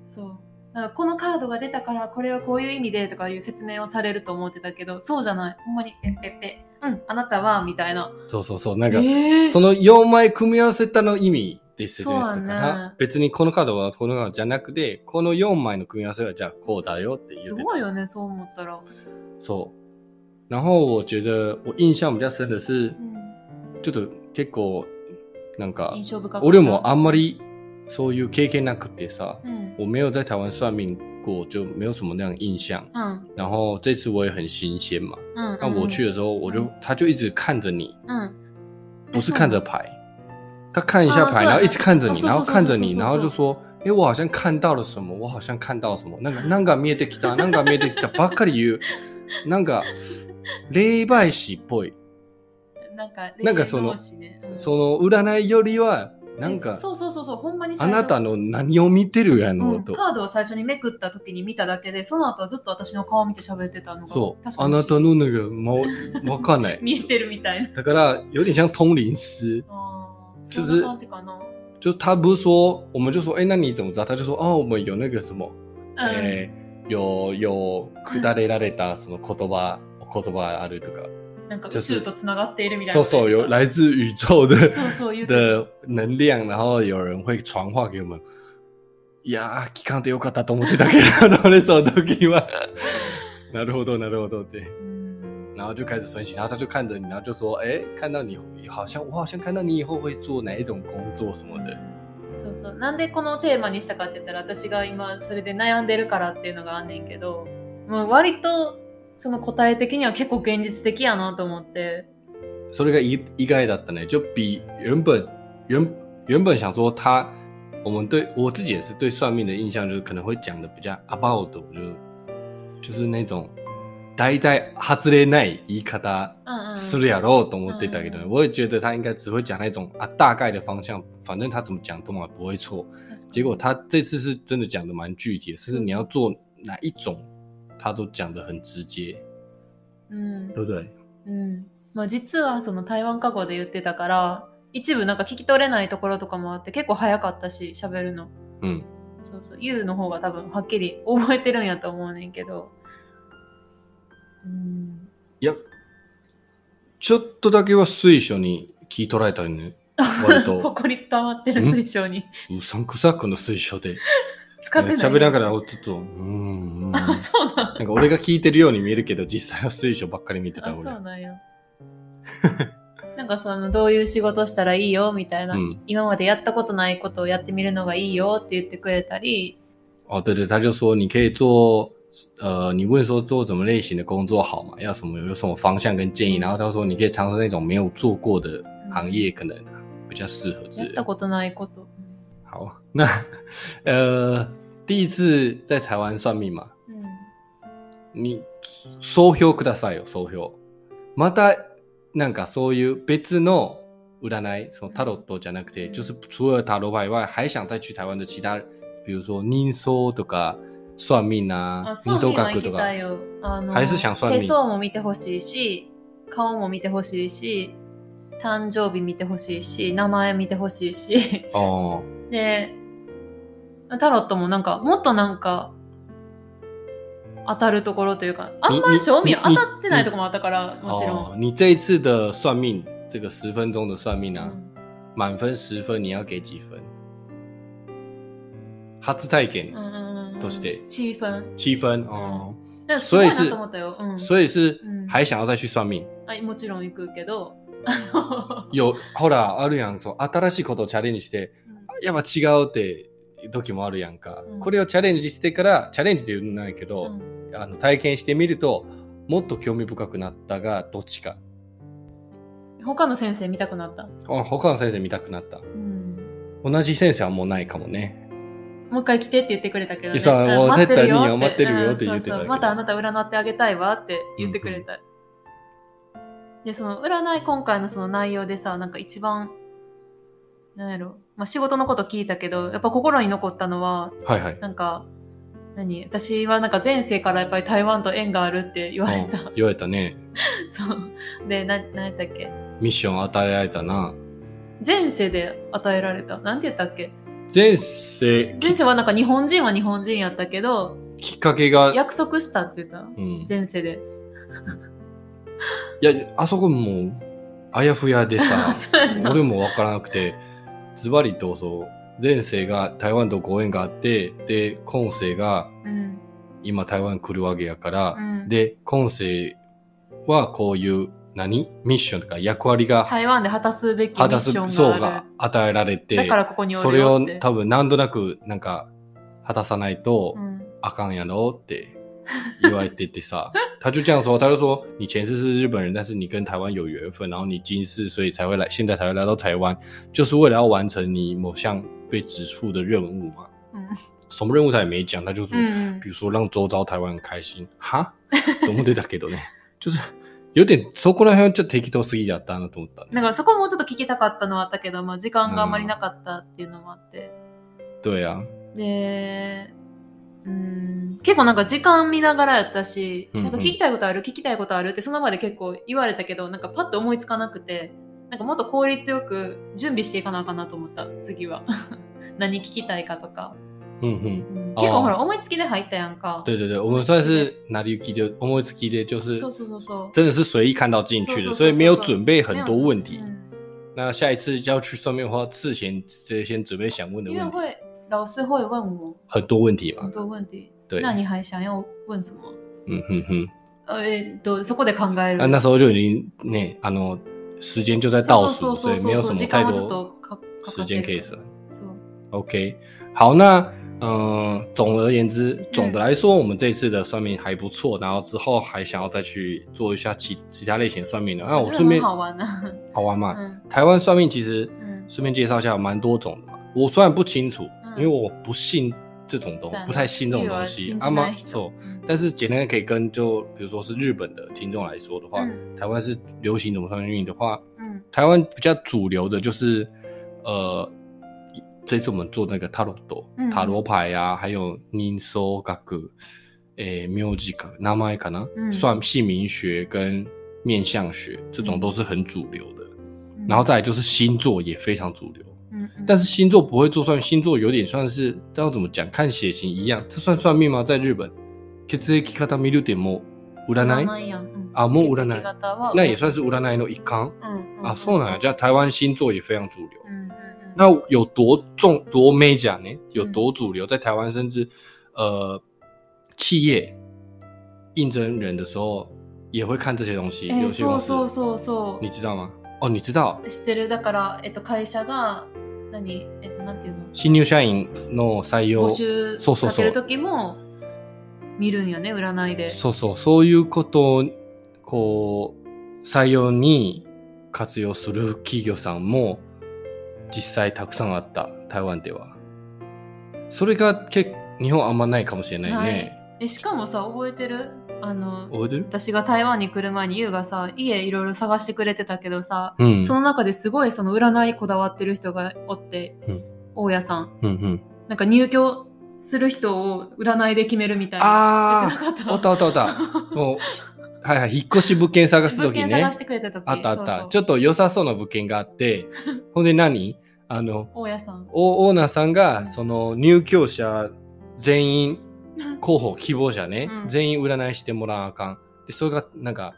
Speaker 2: そうだからこのカードが出たからこれはこういう意味でとかいう説明をされると思ってたけどそうじゃないほんまにペッペッペうんあなたはみたいな
Speaker 1: そうそうそう、なん
Speaker 2: え
Speaker 1: か、
Speaker 2: ー
Speaker 1: その4枚組み合わせたの意味って説明したか
Speaker 2: そう
Speaker 1: な、
Speaker 2: だね
Speaker 1: 別にこのカードはこのカードじゃなくて、この4枚の組み合わせはじゃあこうだよって言
Speaker 2: す
Speaker 1: うて
Speaker 2: ごいよねそう思ったら、
Speaker 1: そう。然后我觉得我印象比较深的是
Speaker 2: う、ん、
Speaker 1: ちょっと結構、なんか
Speaker 2: 印、象深かった
Speaker 1: 俺もあんまりそういう経験なくてさ、
Speaker 2: うん
Speaker 1: 我没有在台湾算命过，就没有什么那样印象。
Speaker 2: うんうん
Speaker 1: 然后这次我也很新鲜嘛，
Speaker 2: うん
Speaker 1: 那我去的时候，我就他就一直看着你，
Speaker 2: うん
Speaker 1: 不是看着牌，他看一下
Speaker 2: 啊
Speaker 1: 牌，
Speaker 2: 是
Speaker 1: 然后一直看着
Speaker 2: 啊
Speaker 1: 你，
Speaker 2: 是
Speaker 1: 然后
Speaker 2: 是是
Speaker 1: 看着
Speaker 2: 是
Speaker 1: 你，
Speaker 2: 是
Speaker 1: 然后
Speaker 2: 是
Speaker 1: 就说：“哎，我好像看到了什么，我好像看到什么。”那个那个見えてきた，那个見えてきたばっかり言う。なんか霊媒師っぽい。
Speaker 2: なんか
Speaker 1: なんかその
Speaker 2: 霊能士ねうん
Speaker 1: その占いよりはなん
Speaker 2: え
Speaker 1: か
Speaker 2: そうそうそうそうほんまに
Speaker 1: あ
Speaker 2: 最初
Speaker 1: なたの何を見てるや
Speaker 2: う
Speaker 1: の
Speaker 2: ん、
Speaker 1: と。
Speaker 2: カードを最初にめくった時に見ただけでその後はずっと私の顔を見て喋ってたのが
Speaker 1: そう。
Speaker 2: 確か
Speaker 1: あ
Speaker 2: に
Speaker 1: なたの那个猫わかんない。
Speaker 2: 見えてるみたいな
Speaker 1: だから有点像通灵师。
Speaker 2: あー
Speaker 1: 就是
Speaker 2: そんな感じかな、
Speaker 1: 就是他不是说，我们就说，哎、那你怎么知道？他就说，哦，我们有那个什么，
Speaker 2: うん
Speaker 1: えー有有くだれられたその言葉言葉あるとか，
Speaker 2: なんか
Speaker 1: 就
Speaker 2: 宇
Speaker 1: 是
Speaker 2: 宙とつながっているみたい
Speaker 1: そう
Speaker 2: な。
Speaker 1: そう有来自宇宙的
Speaker 2: そうそう言うてた
Speaker 1: 的能量，然后有人会传话给我们。いやー聞かんでよかったと思ってたけど、どれその時 は。なるほど、なるほどって。
Speaker 2: うん
Speaker 1: 然后就开始分析，然后他就看着你，然后就说：“哎、看到你好像我好像看到你以后会做哪一种工作什么的。
Speaker 2: そうそうなんでこのテーマにしたかって言ったら私が今それで悩んでるからっていうのがあんねんけどもう割とその答え的には結構現実的やなと思って
Speaker 1: それが意意外だったね，就比原本原原本想说他，我们对我自己也是对算命的印象就是可能会讲的比较 about，就是就是那种大体外れない言い方
Speaker 2: うんうん
Speaker 1: するやろうと思ってたけど
Speaker 2: 嗯，嗯
Speaker 1: 我也觉得他应该只会讲那种啊大概的方向，反正他怎么讲都嘛不会错。
Speaker 2: 確かに
Speaker 1: 结果他这次是真的讲的蛮具体的，甚至你
Speaker 2: 嗯
Speaker 1: 要做哪一种，他都讲的很直接，
Speaker 2: うん
Speaker 1: 对不对？
Speaker 2: うんまあ、実はその台湾過去で言ってたから一部なんか聞き取れないところとかもあって結構早かったし喋るの
Speaker 1: 嗯。
Speaker 2: そうそう U の方が多分はっきり覚えてるんやと思うねんけどうん
Speaker 1: いや、ちょっとだけは水書に聞い取られたよね。割 と、
Speaker 2: 誇り溜まってる水晶に
Speaker 1: うさんくさこの水書で。
Speaker 2: 使ってない
Speaker 1: 喋りながら、おちょっと、うーん。うーん
Speaker 2: あ そうなん
Speaker 1: なんか俺が聞いてるように見えるけど、実際は水書ばっかり見て
Speaker 2: あ
Speaker 1: た
Speaker 2: そう
Speaker 1: 俺。
Speaker 2: な んやなんかそのどういう仕事したらいいよみたいな、
Speaker 1: うん
Speaker 2: 今までやったことないことをやってみるのがいいよって言ってくれたり
Speaker 1: 哦，对对，他就说你可以做，呃，你问说做什么类型的工作好嘛？要什么有什么方向跟建议？然后他说你可以尝试那种没有做过的行业，可能比较适合之
Speaker 2: や
Speaker 1: 类
Speaker 2: っ
Speaker 1: 的
Speaker 2: た。ことないこと、
Speaker 1: 好，那呃，第一次在台湾算命嘛，
Speaker 2: うん、
Speaker 1: に、総評くださいよ、総評。また、なんかそういう別の占い、そのタロットじゃなくて、
Speaker 2: うん
Speaker 1: 就是除了塔罗牌以外，还想再去台湾的其他，比如说人相とか、算命啊
Speaker 2: あ、そ
Speaker 1: 人相
Speaker 2: う見は行
Speaker 1: 学
Speaker 2: き
Speaker 1: と
Speaker 2: たい
Speaker 1: か。
Speaker 2: よあの
Speaker 1: 还是想算命
Speaker 2: 手相も見てほしいし顔も見てほしいし誕生日見てほしいし、名前見てほしいし、
Speaker 1: ああ、
Speaker 2: で、タロットもなんか、もっとなんか、当たるところというか、あんまり正
Speaker 1: 你
Speaker 2: 味
Speaker 1: 你
Speaker 2: 当たってないとこもあったから、もちろ
Speaker 1: 哦
Speaker 2: ん。
Speaker 1: 你这一次的算命，这个十分钟的算命啊，
Speaker 2: うん
Speaker 1: 满分十分，你要给几分？初体験
Speaker 2: うんうんうん
Speaker 1: として
Speaker 2: チーフン。
Speaker 1: 七分哦，
Speaker 2: なんかす
Speaker 1: 所
Speaker 2: ごい
Speaker 1: 以
Speaker 2: な
Speaker 1: 是
Speaker 2: と思ったよ。うん。
Speaker 1: 所以是
Speaker 2: 嗯
Speaker 1: 还想要再去算命。
Speaker 2: はい、もちろん行くけど、 あ
Speaker 1: 有ほらあるやん、そう新しいことをチャレンジして、
Speaker 2: の、
Speaker 1: やっぱ違うって時もあるやんか
Speaker 2: う。ん
Speaker 1: これをチャレンジしてからチャレンジって言うんないけど、
Speaker 2: うん
Speaker 1: あの体験してみるともっと興味深くなったがどっちか。
Speaker 2: 他の先生見たくなった。
Speaker 1: あ他の先生見たくなった。
Speaker 2: うん
Speaker 1: 同じ先生はもうないかもね。
Speaker 2: もう一回来てって言ってくれたけ
Speaker 1: い
Speaker 2: ど、ね。
Speaker 1: やさ
Speaker 2: ん
Speaker 1: もう
Speaker 2: 待ってるよ
Speaker 1: てっ。たりには待ってるよって
Speaker 2: うん
Speaker 1: 言ってたけど
Speaker 2: そうそうまたあなた占ってあげたいわって言ってくれた。で、その占い、今回のその内容でさ、なんか一番、なんやろ、まあ、仕事のこと聞いたけど、やっぱ心に残ったのは、
Speaker 1: はいはい。
Speaker 2: なんか、何私はなんか前世からやっぱり台湾と縁があるって言われた。
Speaker 1: うん言われたね。
Speaker 2: そう。で、な、何やったっけ
Speaker 1: ミッション与えられたな。
Speaker 2: 前世で与えられた。なんて言ったっけ
Speaker 1: 前世
Speaker 2: 前世はなんか日本人は日本人やったけど、
Speaker 1: きっかけが、
Speaker 2: 約束したって言った。
Speaker 1: うん、い
Speaker 2: 前世で。
Speaker 1: や、あそこもう、あやふやで さ、
Speaker 2: そうやな
Speaker 1: 俺もわからなくて、ズバリとそう、前世が台湾とご縁があって、で、今世が
Speaker 2: うん。
Speaker 1: 今台湾来るわけやから、
Speaker 2: うん
Speaker 1: で、今世はこういう、何ミッションとか役割が、
Speaker 2: 台湾で果たすべきミ
Speaker 1: 果た
Speaker 2: ッ
Speaker 1: す
Speaker 2: ション
Speaker 1: 層
Speaker 2: があ
Speaker 1: が
Speaker 2: る。
Speaker 1: 与えられて、
Speaker 2: だからここにお
Speaker 1: そ
Speaker 2: る
Speaker 1: れ
Speaker 2: よ
Speaker 1: を
Speaker 2: って。
Speaker 1: 多分何となくなんか果たさないと
Speaker 2: うん
Speaker 1: あかんやろって言われててさ， 他就这样说，他就说你前世是日本人，但是你跟台湾有缘分，然后你今世所以才会来，现在才会来到台湾，就是为了要完成你某项被指付的任务嘛。
Speaker 2: 嗯
Speaker 1: 什么任务他也没讲，他就说，
Speaker 2: うん
Speaker 1: 比如说让周遭台湾人开心，哈，どうも出たけどね、就是有点そこら辺はちょっと適当すぎだったなと思 ったね。
Speaker 2: なんかそこもうちょっと聞きたかったのはあったけど、まあ時間があんまりなかったっていうのもあって。
Speaker 1: 对啊，
Speaker 2: で、うん、結構なんか時間見ながらやったし、
Speaker 1: うんうん
Speaker 2: なんか聞きたいことある、聞きたいことあるってその場で結構言われたけど、なんかパッと思いつかなくて、なんかもっと効率よく準備していかなあかんなと思った、次は。 何聞きたいかとか。
Speaker 1: 嗯哼。
Speaker 2: うん
Speaker 1: あー
Speaker 2: 結構ほら、思いつきで入ったやんか。
Speaker 1: 对对对，我们算是拿力基的，思いつき的，就是
Speaker 2: そうそうそうそう。
Speaker 1: 真的是随意看到进去的，
Speaker 2: そうそうそうそう
Speaker 1: 所以没有准备很多问题
Speaker 2: 没有。嗯
Speaker 1: 那下一次要去算命的话，事前先先准备想问的
Speaker 2: 因为
Speaker 1: 问题，
Speaker 2: 会老师会问我
Speaker 1: 很多问题
Speaker 2: 很
Speaker 1: 嘛。
Speaker 2: 多问题，
Speaker 1: 对，
Speaker 2: 那你还想要问什么？
Speaker 1: 嗯哼哼，
Speaker 2: 呃えっとそこで考える。
Speaker 1: 那那时候就已经那あの时间就在倒数，
Speaker 2: そうそ
Speaker 1: 所
Speaker 2: うそうそう
Speaker 1: 以没有什么
Speaker 2: 時
Speaker 1: 太
Speaker 2: 間はちょ
Speaker 1: 多
Speaker 2: っとかかか
Speaker 1: 时间可以
Speaker 2: 省
Speaker 1: 省。。
Speaker 2: そう。
Speaker 1: OK，好，那嗯、呃总而言之，总的来说，我们这一次的算命还不错，然后之后还想要再去做一下其其他类型的算命的。啊那我
Speaker 2: 觉得
Speaker 1: 顺便
Speaker 2: 很好玩呢。
Speaker 1: 好玩嘛，
Speaker 2: 嗯
Speaker 1: 台湾算命其实
Speaker 2: 嗯
Speaker 1: 顺便介绍一下，有蛮多种的嘛。我虽然不清楚，因
Speaker 2: 嗯
Speaker 1: 为我不信这种东西，不太信这种东西。
Speaker 2: 啊
Speaker 1: 妈
Speaker 2: 吗？
Speaker 1: 错，
Speaker 2: 嗯
Speaker 1: 但是简单的可以跟就比如说是日本的听众来说的话，
Speaker 2: 嗯
Speaker 1: 台湾是流行怎么算命的话，
Speaker 2: 嗯
Speaker 1: 台湾比较主流的就是呃，这次我们做那个塔罗多、
Speaker 2: 嗯
Speaker 1: 塔罗牌呀、啊，还有尼索嘎格，诶 m u s i c 那么可能
Speaker 2: 嗯
Speaker 1: 算姓名学跟面相学这种都是很主流的。
Speaker 2: 嗯
Speaker 1: 然后再来就是星座也非常主流，
Speaker 2: 嗯，嗯
Speaker 1: 但是星座不会做算命，星座有点算是，这要怎么讲？看血型一样，这算算命吗？在日本，血液型見るでも占
Speaker 2: 妈
Speaker 1: い
Speaker 2: 妈一样嗯
Speaker 1: 啊もう占い
Speaker 2: 血液型は
Speaker 1: 那也算是占いの一環
Speaker 2: 嗯嗯
Speaker 1: 啊。そうなんや，じゃあ台湾星座也非常主流。
Speaker 2: 嗯嗯嗯，
Speaker 1: 那有多重多 major 呢？有多主流？在台湾甚至呃，企业应征人的时候也会看这些东西，
Speaker 2: え
Speaker 1: 有
Speaker 2: ー
Speaker 1: 些
Speaker 2: そ
Speaker 1: 公
Speaker 2: うそう
Speaker 1: 司
Speaker 2: そうそ
Speaker 1: 你知道吗？哦，你知道。
Speaker 2: う。知ってるだからえっと会社が何えっとなんていうの
Speaker 1: 新入社員の採用
Speaker 2: 募集
Speaker 1: そうそうそう
Speaker 2: かける時も見るんやね占いで。
Speaker 1: そうそうそういうことをこう採用に活用する企業さんも実際たくさんあった台湾ではそれがけ日本あんまないかもしれないね、
Speaker 2: えしかもさ覚えてるあの
Speaker 1: 覚えてる
Speaker 2: 私が台湾に来る前に優がさ家いろいろ探してくれてたけどさ
Speaker 1: うん
Speaker 2: その中ですごいその占いこだわってる人がおって、
Speaker 1: うん
Speaker 2: 大家さん
Speaker 1: うんうん
Speaker 2: なんか入居する人を占いで決めるみたいなやって
Speaker 1: あ
Speaker 2: なかった
Speaker 1: あおったおったおったもうはいはい、引っ越し物件探す
Speaker 2: 物
Speaker 1: 時
Speaker 2: 件
Speaker 1: ね
Speaker 2: 探し。てくれた時
Speaker 1: あったあった
Speaker 2: そうそう
Speaker 1: ちょっと良さそうな物件があって、ほんで何あの、
Speaker 2: 大家さん
Speaker 1: おオーナーさん
Speaker 2: うん
Speaker 1: が、その入居者全員、候補、希望者ね、
Speaker 2: うん
Speaker 1: 全員占いしてもらわなあかん。で、それが、なんか、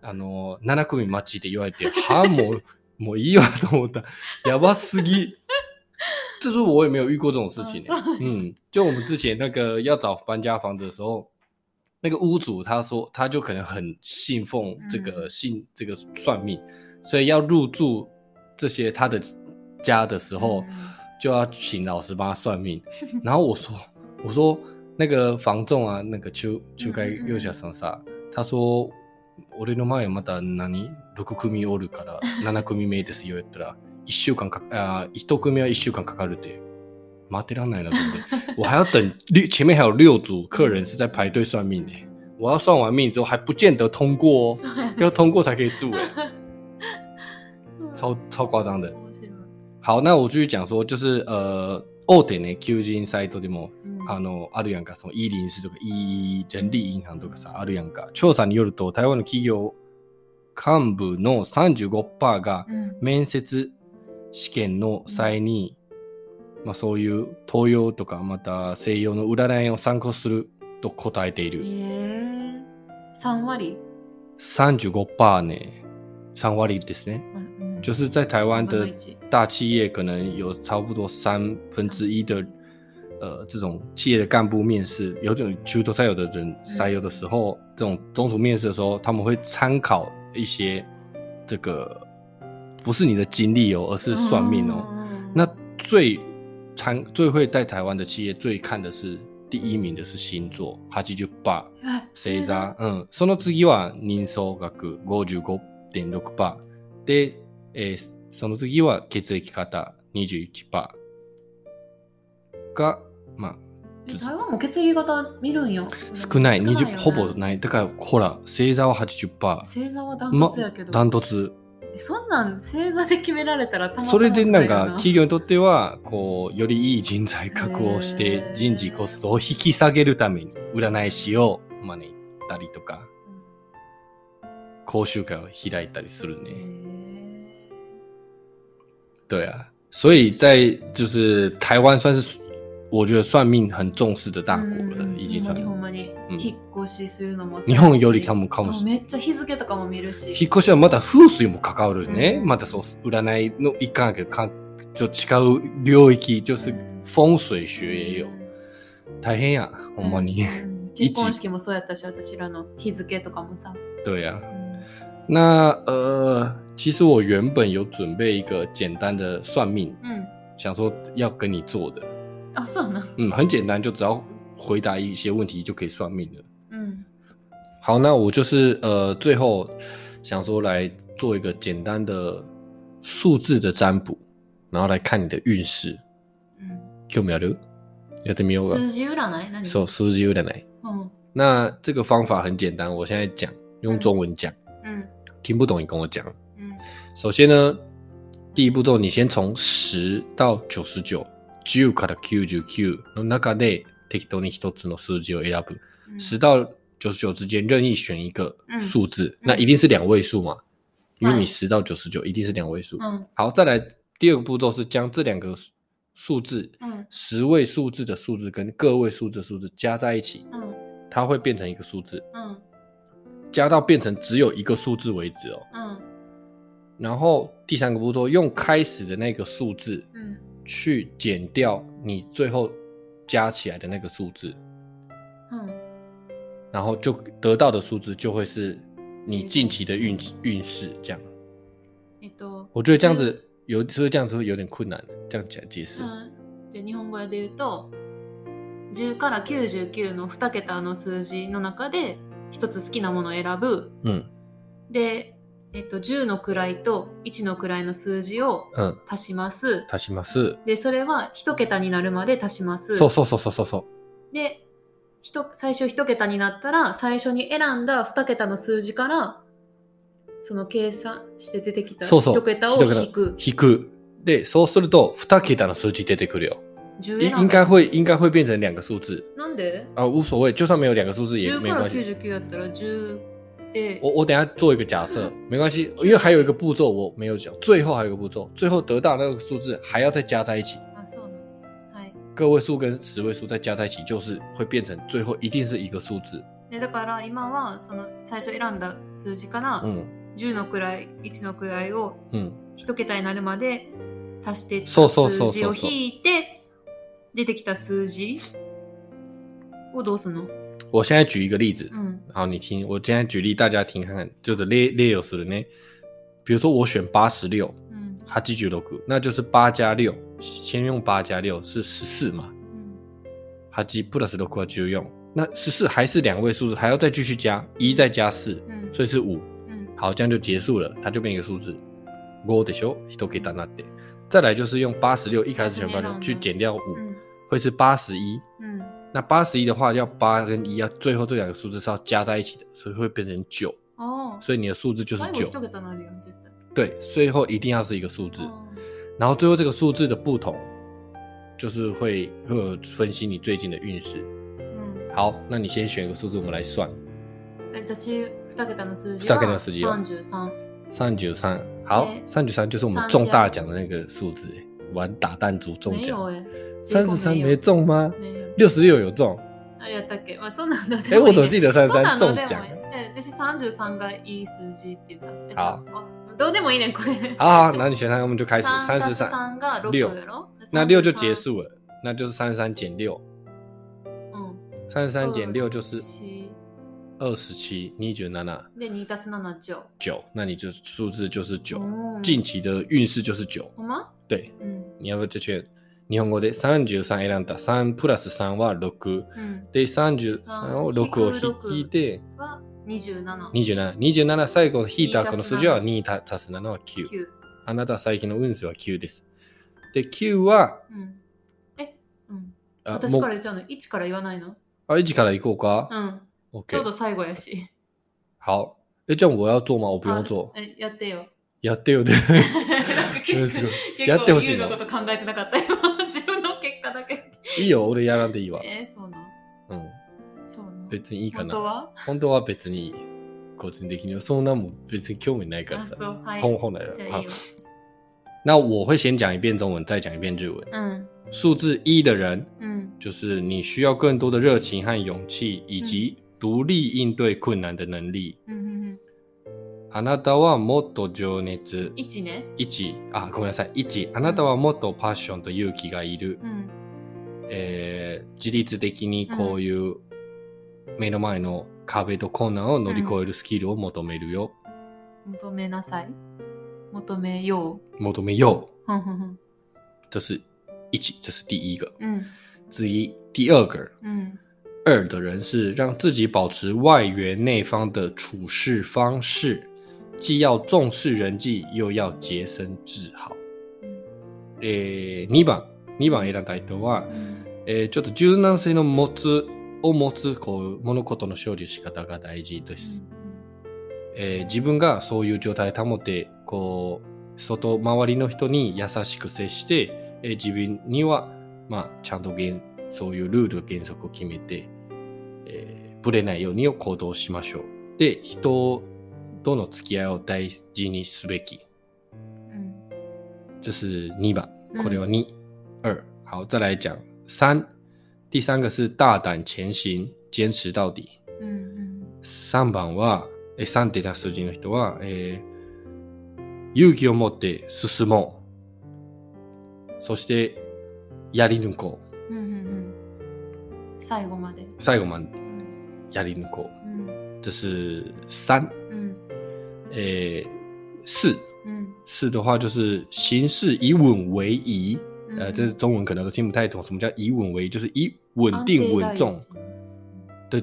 Speaker 1: あのー、7組待ちって言われて、はあ、もう、 もういいよと思った。やばすぎ。这是我也没有遇过这种事情、
Speaker 2: 啊
Speaker 1: 欸。嗯，就我们之前那个要找搬家房子的时候，那个屋主他说他就可能很信奉这个、
Speaker 2: 嗯
Speaker 1: 信这个算命，所以要入住这些他的家的时候，就要请老师帮他算命。 然后我说，我说那个房仲啊，那个秋秋该右下上さ、他说俺の前まだ何六組おるから七組目ですよ言ったら一週間かあ一組は一週間かかるって。待ってらんないなと思って，我还要等六前面还有六组客人是在排队算命呢、我要算完命之后还不见得通过哦，
Speaker 2: そうや
Speaker 1: 要通过才可以住哎、
Speaker 2: な
Speaker 1: 超超夸张的。
Speaker 2: 面白い
Speaker 1: 好，那我继续讲说，就是呃，大手ね求人サイトでも
Speaker 2: うん
Speaker 1: あの、あるやんか、その104とかいい人力銀行とかさ、あるやんか。調査によると、台湾の企業幹部の35%が
Speaker 2: うん
Speaker 1: 面接試験の際に、まあそういう東洋とかまた西洋の占いを参考すると答えてい
Speaker 2: え
Speaker 1: る。
Speaker 2: ー、3割、
Speaker 1: 35%ね、3割ですね。
Speaker 2: うん
Speaker 1: 就是在台湾的
Speaker 2: 3分の1
Speaker 1: 大企业可能有差不多三分之一的呃这种企业的干部面试，有种求头赛有的人筛有的时候，这种中途面试的时候，他们会参考一些这个不是你的经历哦，而是算命哦。
Speaker 2: うん
Speaker 1: 那最参最会在台湾的企业最看的是第一名的是星座，哈基就八。
Speaker 2: あ
Speaker 1: 星座、うん、その次は人相学55.6%で、えーその次は血液型21%が、まあ、
Speaker 2: え台湾も血液型見るんや
Speaker 1: 少ない
Speaker 2: よ
Speaker 1: 20
Speaker 2: ね
Speaker 1: ほぼないだからほら星座は80%
Speaker 2: 星座はダン
Speaker 1: ま
Speaker 2: トツやけど、
Speaker 1: ダントツ
Speaker 2: えそんなん星座で決められたらたまたま
Speaker 1: それでなんか
Speaker 2: 使
Speaker 1: 企
Speaker 2: える
Speaker 1: 業にとってはこうよりいい人材確保し
Speaker 2: へ
Speaker 1: て
Speaker 2: ー
Speaker 1: 人事コストを引き下げるために占い師を招いたりとか講習会を開いたりするね。
Speaker 2: へ
Speaker 1: 对啊，所以在就是台湾算是我觉得算命很重视的
Speaker 2: ー
Speaker 1: 大国了，
Speaker 2: うん
Speaker 1: 已经
Speaker 2: ほ
Speaker 1: 算
Speaker 2: ん。まにほんま
Speaker 1: うん
Speaker 2: に引っ越しするのもそう
Speaker 1: 日
Speaker 2: やし
Speaker 1: 本よりかもかもし
Speaker 2: あめっちゃ日付とかも見るし
Speaker 1: 引っ越しはまだ風水も関わるね。
Speaker 2: うん
Speaker 1: またそう占いの一環やけど、かんちょっと違う領域、就是風水学也有。大変や、ほんまに。
Speaker 2: うん結婚式もそうやったし私らの日付とかもさ、
Speaker 1: 对呀、啊，
Speaker 2: うん
Speaker 1: 那呃，其实我原本有准备一个简单的算命，
Speaker 2: うん
Speaker 1: 想说要跟你做的，
Speaker 2: あそうなん
Speaker 1: 嗯，很简单，就只要回答一些问题就可以算命了。
Speaker 2: うん
Speaker 1: 好，那我就是呃，最后想说来做一个简单的数字的占卜，然后来看你的运势。
Speaker 2: うん
Speaker 1: 就没有了，要得没有
Speaker 2: 数
Speaker 1: 了。
Speaker 2: 字占い何
Speaker 1: 手数字有点难。
Speaker 2: うん
Speaker 1: 那这个方法很简单，我现在讲，用中文讲，
Speaker 2: うん
Speaker 1: 听不懂你跟我讲。
Speaker 2: うん
Speaker 1: 首先呢，第一步骤，你先从十到九十九、十から九十九の中で適当に一つの数字を選ぶ。
Speaker 2: うん
Speaker 1: 十到九十九之间任意选一个
Speaker 2: 嗯
Speaker 1: 数字，
Speaker 2: 嗯
Speaker 1: 那一定是两位数嘛？因为
Speaker 2: 嗯
Speaker 1: 你十到九十九一定是两位数。
Speaker 2: うん
Speaker 1: 好，再来第二个步骤是将这两个数数字，
Speaker 2: うん
Speaker 1: 十位数字的数字跟个位数字的数字加在一起，
Speaker 2: うん
Speaker 1: 它会变成一个数字，
Speaker 2: うん
Speaker 1: 加到变成只有一个数字为止哦。
Speaker 2: うん
Speaker 1: 然后第三个步骤用开始的那个数字
Speaker 2: うん
Speaker 1: 去减掉你最后加起来的那个数字，
Speaker 2: うん
Speaker 1: 然后就得到的数字就会是你近期的运运势这样。
Speaker 2: えっと
Speaker 1: 我觉得这样子有是不是这样子会有点困难？这样讲解释，
Speaker 2: 嗯うん、じゃあ日本語で言うと10から99の2桁の数字の中で一つ好きなものを選ぶ
Speaker 1: 嗯
Speaker 2: で、えっと、10の位と1の位の数字を
Speaker 1: 嗯，
Speaker 2: 足します
Speaker 1: 他します。
Speaker 2: でそれは1桁になるまで足します
Speaker 1: そうそうそうそうそうそう。
Speaker 2: でひと最初1桁になったら最初に選んだ2桁の数字からその計算して出てきた
Speaker 1: そうそう
Speaker 2: 1桁を引く
Speaker 1: 引く。で、そうすると、2桁の数字出てくるよ。
Speaker 2: 10
Speaker 1: 应
Speaker 2: 選
Speaker 1: 应
Speaker 2: んだ
Speaker 1: 该会应该会变成两个数字
Speaker 2: なんで
Speaker 1: 啊，无所谓，就算没有两个数字也
Speaker 2: 10
Speaker 1: 没
Speaker 2: から
Speaker 1: 关系。
Speaker 2: 99やったら10で
Speaker 1: 我我等一下做一个假设，没关系，因为还有一个步骤我没有讲，最后还有一个步骤，最后得到那个数字还要再加在一起，
Speaker 2: あそうなのはい
Speaker 1: 个位数跟十位数再加在一起，就是会变成最后一定是一个数字。
Speaker 2: でだから今はその最初選んだ数字から
Speaker 1: 嗯
Speaker 2: 10の位1の位を
Speaker 1: 嗯，
Speaker 2: 1桁になるまで足していった
Speaker 1: そうそうそうそう
Speaker 2: 数字を引いて出てきた数字をどうするの
Speaker 1: 我现在举一个例子，
Speaker 2: うん
Speaker 1: 好，你听，我今天举例，大家听看看，就是列列有十的呢。比如说我选八十六，
Speaker 2: うん
Speaker 1: 哈基九六股，那就是八加六，先用八加六是十四嘛，
Speaker 2: うん
Speaker 1: 哈基 plus 六股就用，那十四还是两位数字，还要再继续加一再加四，
Speaker 2: うん
Speaker 1: 所以是五。
Speaker 2: うん
Speaker 1: 好，这样就结束了，它就变一个数字。五でしょ，都给它那点。再来就是用八十六一开始想办法去减掉五
Speaker 2: う，ん
Speaker 1: 会是八十一。
Speaker 2: うん
Speaker 1: 那八十一的话，要八跟一要最后这两个数字是要加在一起的，所以会变成九。
Speaker 2: ああ
Speaker 1: 所以你的数字就是哦
Speaker 2: 最後
Speaker 1: 九
Speaker 2: 1。桁になるやん絶対
Speaker 1: 对，最后一定要是一个数字。
Speaker 2: あ
Speaker 1: 然后最后这个数字的不同，就是会会有分析你最近的运势。
Speaker 2: あうん
Speaker 1: 好，那你先选一个数字，我们来算。
Speaker 2: 私2桁の数字が
Speaker 1: 二桁の数字よ
Speaker 2: 33
Speaker 1: 三九三，好，三九三就是我们中大奖的那个数字，欸玩打弹珠中
Speaker 2: 没
Speaker 1: 奖
Speaker 2: 有。哎
Speaker 1: 三十三没中吗？
Speaker 2: 没有
Speaker 1: 六十六有 中，
Speaker 2: あやったっけまあそうなんだ
Speaker 1: 哎、我怎么记得三十
Speaker 2: そうな
Speaker 1: 三
Speaker 2: の
Speaker 1: 中
Speaker 2: でも
Speaker 1: 奖？
Speaker 2: え私33がいい数字って言った。え
Speaker 1: 好
Speaker 2: ちょあどうでもいいねん、これ。
Speaker 1: 啊好好，那你选三，我们就开始三十三，
Speaker 2: 33が
Speaker 1: 六
Speaker 2: 6だろ
Speaker 1: 那六就
Speaker 2: 33
Speaker 1: 结束了，那就是三十三减六，
Speaker 2: うん。
Speaker 1: 三十三减六就是
Speaker 2: 四
Speaker 1: 二十七，你觉得娜娜
Speaker 2: で、2たす7、9。
Speaker 1: 九，那你就是数字就是九，
Speaker 2: うん
Speaker 1: 近期的运势就是九，
Speaker 2: ほんま
Speaker 1: 对，
Speaker 2: うん。
Speaker 1: 你要不要再选？日本語で三十三選んだ三プラス三は六
Speaker 2: うん。
Speaker 1: で三十三を六を引いて
Speaker 2: は
Speaker 1: 二十七二十
Speaker 2: 27。
Speaker 1: 七最後の引いたこの数字は二足す七は九。
Speaker 2: 9。
Speaker 1: あなた最近の運勢は9です。で、9は、
Speaker 2: うん。え、うん。
Speaker 1: あ
Speaker 2: 私
Speaker 1: も
Speaker 2: か
Speaker 1: う
Speaker 2: ら言っちゃうの ?1 から言わないの
Speaker 1: あ1から行こうか
Speaker 2: う。ん。ちょう
Speaker 1: OK
Speaker 2: ど。最後やし。
Speaker 1: 好。え、じゃあ我要做吗我不用做
Speaker 2: あ。え、やっ てよ。
Speaker 1: やってよね。
Speaker 2: なんか結構
Speaker 1: すごい
Speaker 2: 結
Speaker 1: やってほ
Speaker 2: 構
Speaker 1: しい
Speaker 2: 優
Speaker 1: の
Speaker 2: のこと考えてなかったよ。自分の結果だけ。
Speaker 1: いいよ、俺やらんでいいわ。
Speaker 2: えー、そうな
Speaker 1: うん。
Speaker 2: んそうなん
Speaker 1: 別にいいか
Speaker 2: 本
Speaker 1: な。
Speaker 2: 当
Speaker 1: 本
Speaker 2: は
Speaker 1: 当は別にいい。個人的には。そんなんも別に興味ないからさ
Speaker 2: あ。そうはい
Speaker 1: 本本来
Speaker 2: じ
Speaker 1: 了。
Speaker 2: ゃあい
Speaker 1: 好
Speaker 2: いよ。。
Speaker 1: 那我会先讲一遍中文，再讲一遍日文。
Speaker 2: うん。
Speaker 1: 数字一的人，
Speaker 2: うん。
Speaker 1: 就是你需要更多的热情和勇气，以及独立应对困难的能力。
Speaker 2: うんうんうん。
Speaker 1: あなたはもっと情熱、
Speaker 2: 1ね。
Speaker 1: 一あ、ごめんなさい、一あなたはもっとパッションと勇気がいる、
Speaker 2: うん。
Speaker 1: えー自律的にこういう目の前の壁と困難を乗り越えるスキルを求めるよ。
Speaker 2: 求めなさい。求めよ
Speaker 1: 求めよ
Speaker 2: う。ふんふんふん
Speaker 1: う。这是一这是第一个。
Speaker 2: うん。
Speaker 1: 至于第二个，
Speaker 2: うん。
Speaker 1: 二的人是让自己保持外圆内方的处事方式，既要重视人际，又要洁身自好。えー、2番2番選んだ人は、
Speaker 2: うん
Speaker 1: えーちょっと柔軟性の持つを持つこう物事の処理仕方が大事です、えー自分がそういう状態を保ってこう外周りの人に優しく接して、えー自分には、まあ、ちゃんと原そういうルール原則を決めて、えーぶれないように行動しましょうで人との付き合いを大事にすべき
Speaker 2: うん
Speaker 1: 这是你吧？
Speaker 2: 嗯
Speaker 1: これは你。二，好，再来讲三。第三个是大胆前行，坚持到底。
Speaker 2: うんうん
Speaker 1: 三番は、え、三って出た数字の人は、えー勇気を持って進もう。そして、やり抜こう。
Speaker 2: うんうんうん最後まで。
Speaker 1: 最後まで
Speaker 2: うん
Speaker 1: やり抜こう。
Speaker 2: うん
Speaker 1: 这是三。
Speaker 2: うん
Speaker 1: えー四。
Speaker 2: うん
Speaker 1: 四的话就是行事以稳为宜。
Speaker 2: うん
Speaker 1: 呃，这是中文可能都听不太懂，什么叫以稳为宜，就是以稳定、稳重
Speaker 2: 安定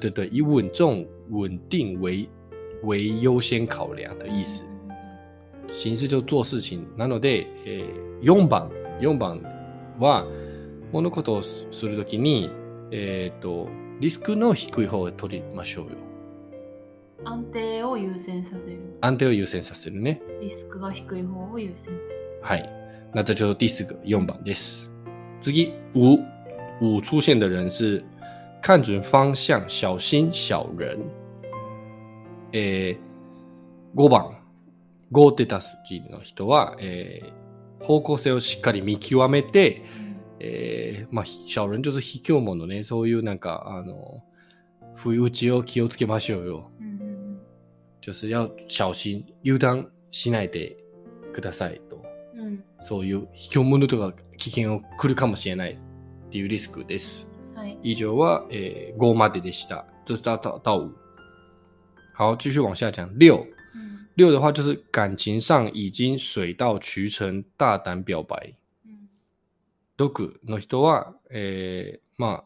Speaker 1: 对
Speaker 2: 第一，うん
Speaker 1: 对对，以稳重、稳定为为优先考量的意思。形式就做事情。なので、えー、4番、4番は、物事をすするときに、えっ、と、リスクの低い方を取りましょうよ。
Speaker 2: 安定を優先させる。
Speaker 1: 安定を優先させるね。
Speaker 2: リスクが低い方を優先する。
Speaker 1: はい。那这就是第四个用榜です。次五五出现的人是看准方向，小心小人。えー5番、5出たスキルの人は、えー方向性をしっかり見極めて、えーまあ、小人就是卑怯者ね、そういうなんか、あの、不意打ちを気をつけましょうよ。
Speaker 2: うんうん
Speaker 1: 就是要小心、油断しないでくださいと。
Speaker 2: うんうん
Speaker 1: そういう卑怯者とか危険を来るかもしれないっていうリスクです。
Speaker 2: はい。
Speaker 1: 以上は、えー5まででした。这是到到到五。好，继续往下讲。六
Speaker 2: うん
Speaker 1: 六的话就是感情上已经水到渠成、大胆表白。
Speaker 2: うん
Speaker 1: 毒の人は、えーまあ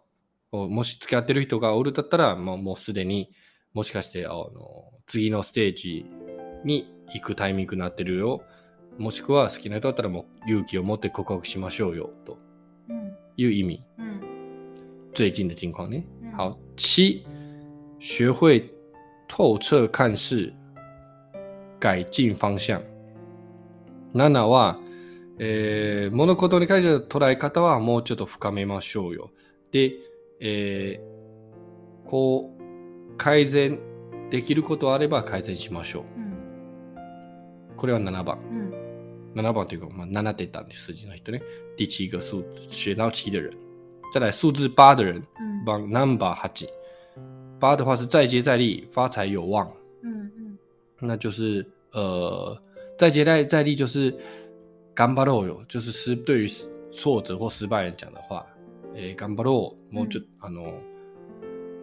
Speaker 1: こう、もし付き合ってる人がおるだったら、まあ、もうすでに、もしかして、あの、次のステージに行くタイミングになってるよ。もしくは好きな人だったらもう勇気を持って告白しましょうよ、と
Speaker 2: うん
Speaker 1: いう意味。
Speaker 2: うん
Speaker 1: 最近的情况ね。
Speaker 2: うん
Speaker 1: 好，七，学会透彻看事，改进方向。七は、えー物事に関しての捉え方はもうちょっと深めましょうよ。で、えーこう、改善できることあれば改善しましょ
Speaker 2: うん
Speaker 1: う。これは7番。
Speaker 2: うん
Speaker 1: 7番というか、まあ、7点档的数字の人ね。第七个数字学到七的人。再来数字8的人。
Speaker 2: うん
Speaker 1: 帮 number 八，八的话是再接再厉，发财有望，
Speaker 2: うん
Speaker 1: 那就是呃再接再再厉就是頑張ろうよ，就是失对于失挫折或失败人讲的话，诶、頑張ろうもうちょっと、あの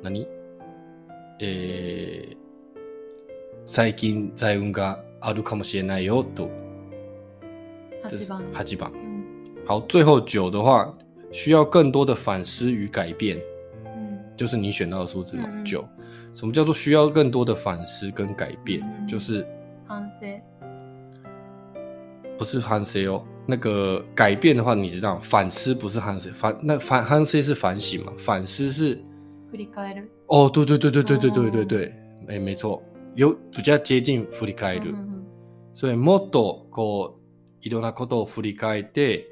Speaker 1: 何えー最近財運があるかもしれないよと，这
Speaker 2: 八
Speaker 1: 是
Speaker 2: 番。
Speaker 1: 八番
Speaker 2: う。ん
Speaker 1: 好，最后九的话需要更多的反思与改变。
Speaker 2: うん
Speaker 1: 就是你选到的数字嘛
Speaker 2: 嗯，嗯
Speaker 1: 九、什么叫做需要更多的反思跟改变？
Speaker 2: 嗯嗯
Speaker 1: 就是
Speaker 2: 反省。
Speaker 1: 不是反思哦，那个改变的话，你知道反思不是反思，反那反反思是反省嘛，反思是
Speaker 2: 振り返る。
Speaker 1: 哦，对对对对对对对
Speaker 2: 哦
Speaker 1: 对对，哎、没错，有比较接近振り返る。
Speaker 2: うん
Speaker 1: 所以もっとこういろんなことを振り返って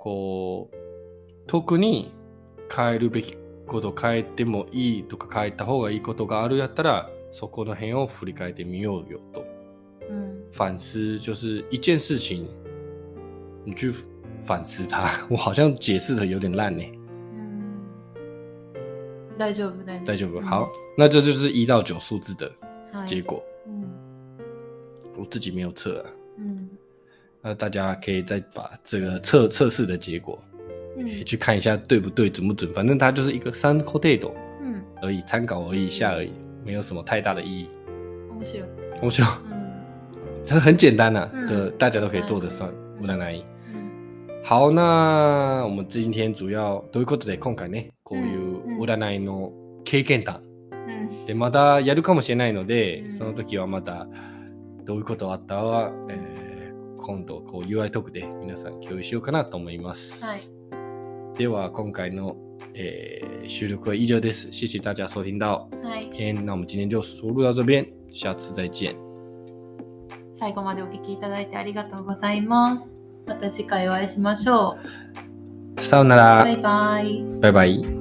Speaker 1: こう特に変えるべきこと変えてもいいとか変えた方がいいことがあるやったらそこの辺を振り返ってみようよと
Speaker 2: うんうん
Speaker 1: 反思就是一件事情你去反思它我好像解释的有点烂呢
Speaker 2: うん大丈夫大丈夫。
Speaker 1: 大丈夫
Speaker 2: うん
Speaker 1: 好。那这就是一到九数字的
Speaker 2: はい
Speaker 1: 结果
Speaker 2: うん
Speaker 1: 我自己没有测啊
Speaker 2: うん
Speaker 1: 那大家可以再把这个测测试的结果
Speaker 2: うん
Speaker 1: 也去看一下对不对、准不准，反正它就是一个参考程度
Speaker 2: うん
Speaker 1: 而已，参考而已，下而已，没有什么太大的意义。
Speaker 2: 面白い。
Speaker 1: 我想
Speaker 2: うん
Speaker 1: 这很简单呐、
Speaker 2: 嗯
Speaker 1: 的大家都可以做得上，无难难易。
Speaker 2: うん
Speaker 1: 好，那我们今天主要どういうことで今回ね、こういう
Speaker 2: うんうん
Speaker 1: 占いの経験談
Speaker 2: うん
Speaker 1: でまたやるかもしれないので、
Speaker 2: うん
Speaker 1: その時はまたどういうことあったは、えー今度こう UI トークで皆さん共有しようかなと思います。
Speaker 2: はい。
Speaker 1: では今回の、えー収録は以上です。谢谢大家收听到
Speaker 2: はい。
Speaker 1: 今天，那我们今天就收录到这边，下次再见。
Speaker 2: 最後までお聞きいただいてありがとうございます。また次回お会いしましょう。
Speaker 1: さようなら
Speaker 2: バイバイ。
Speaker 1: 拜拜。